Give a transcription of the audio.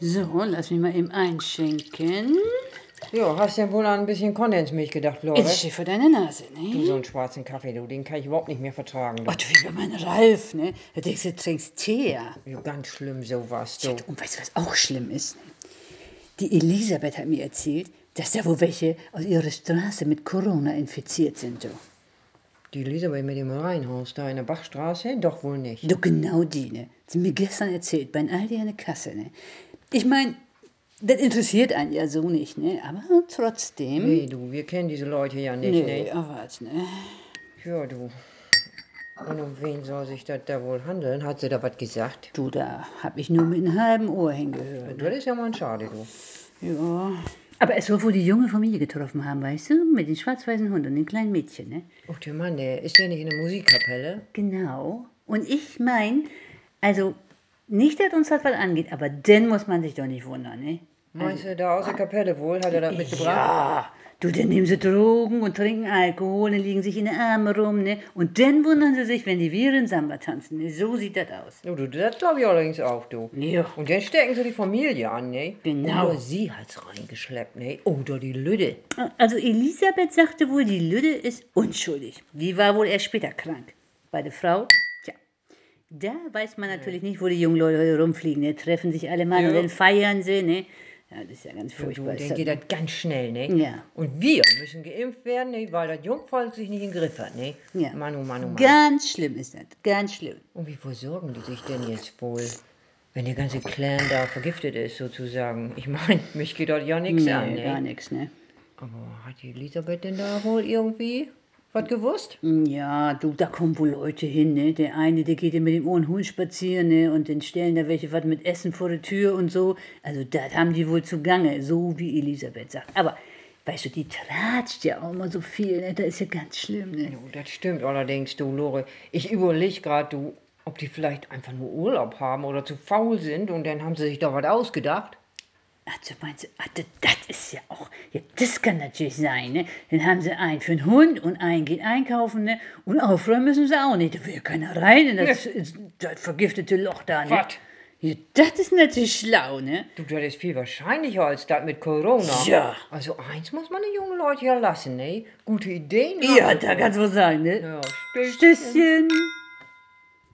So, lass mich mal eben einschenken. Ja, hast ja wohl an ein bisschen Kondensmilch gedacht, Lore. Jetzt steht vor deiner Nase, Du, ne? so einen schwarzen Kaffee, du, den kann ich überhaupt nicht mehr vertragen. Du. Ach, du, wie bei meinem Ralf, ne? Da denkst du, du trinkst Tee. Ja, ganz schlimm sowas, du. Und weißt du, was auch schlimm ist? Die Elisabeth hat mir erzählt, dass da wohl welche aus ihrer Straße mit Corona infiziert sind, du. Die Elisabeth mit dem Reihenhaus da in der Bachstraße? Doch wohl nicht. Du, genau die, ne? Das hat mir gestern erzählt, bei Aldi an der Kasse, ne? Ich meine, das interessiert einen ja so nicht, ne? Aber trotzdem. Nee, du, wir kennen diese Leute ja nicht, Nee, ne? aber was, ne? Ja, du. Und um wen soll sich das da wohl handeln? Hat sie da was gesagt? Du, da hab ich nur mit einem halben Ohr hingehört. Das ist ja mal ein Schade, du. Ja. Aber es soll wohl die junge Familie getroffen haben, weißt du? Mit den schwarz-weißen Hunden und den kleinen Mädchen, ne? Och, der Mann, der ist ja nicht in der Musikkapelle. Genau. Und ich mein, also nicht, dass uns das was angeht, aber dann muss man sich doch nicht wundern, ne? Meinst du, da aus der Kapelle wohl? Hat er das mitgebracht? Ja. Du, dann nehmen sie Drogen und trinken Alkohol und legen sich in die Arme rum, ne? Und dann wundern sie sich, wenn die Viren Samba tanzen, ne? So sieht das aus. Ja. Oh, Du, das glaube ich allerdings auch, du. Ja. Und dann stecken sie die Familie an, ne? Genau. Oder sie hat's reingeschleppt, ne? Oder die Lüde. Also Elisabeth sagte wohl, die Lüde ist unschuldig. Die war wohl erst später krank. Bei der Frau, tja, da weiß man natürlich nicht, wo die jungen Leute heute rumfliegen. Ne? Treffen sich alle mal und Ja. dann feiern sie. Ne? Ja, das ist ja ganz Du, furchtbar. ist dann das, geht ne? das ganz schnell, ne? Ja. Und wir müssen geimpft werden, ne? Weil das Jungvolk sich nicht im Griff hat, ne? Ja. Mann, oh Mann, oh Mann. Ganz schlimm ist das, ganz schlimm. Und wie versorgen die sich denn jetzt wohl, wenn der ganze Clan da vergiftet ist, sozusagen? Ich meine, mich geht dort ja nichts an, Nee, ne? gar nichts, ne? Aber hat die Elisabeth denn da wohl irgendwie was gewusst? Ja, du, da kommen wohl Leute hin, ne? Der eine, der geht ja mit dem Ohrenhuhn spazieren, ne? Und dann stellen da welche was mit Essen vor der Tür und so. Also das haben die wohl zugange, so wie Elisabeth sagt. Aber, weißt du, die tratscht ja auch immer so viel, ne? Das ist ja ganz schlimm, ne? Oh, das stimmt allerdings, du Lore. Ich überlege gerade, du, ob die vielleicht einfach nur Urlaub haben oder zu faul sind und dann haben sie sich da was ausgedacht. Ach, du Also, meinst, ach, das, das ist ja auch, ja, das kann natürlich sein, ne? Dann haben sie einen für den Hund und einen geht einkaufen, ne? Und aufräumen müssen sie auch nicht. Da will ja keiner rein in das, das vergiftete Loch da, ne? Was? Ja, das ist natürlich schlau, ne? Du, das ist viel wahrscheinlicher als das mit Corona. Ja. Also eins muss man den jungen Leuten ja lassen, ne? Gute Ideen. Ja, haben sie. da kannst du was sagen, ne? Ja, Stößchen. Stößchen.